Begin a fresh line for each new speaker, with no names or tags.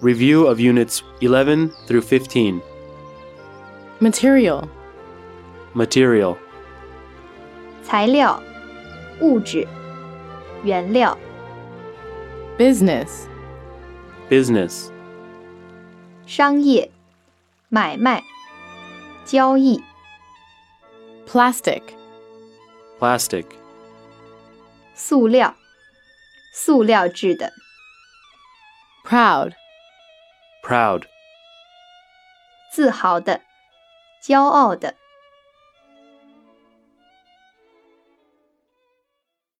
Review of Units 11 through 15.
Material.
Material.
材料、物质、原料、
Business.
Business.
商业、买卖、交易、
Plastic.
Plastic.
塑料、塑料制的、
Proud.
Proud.
自豪的、骄傲的、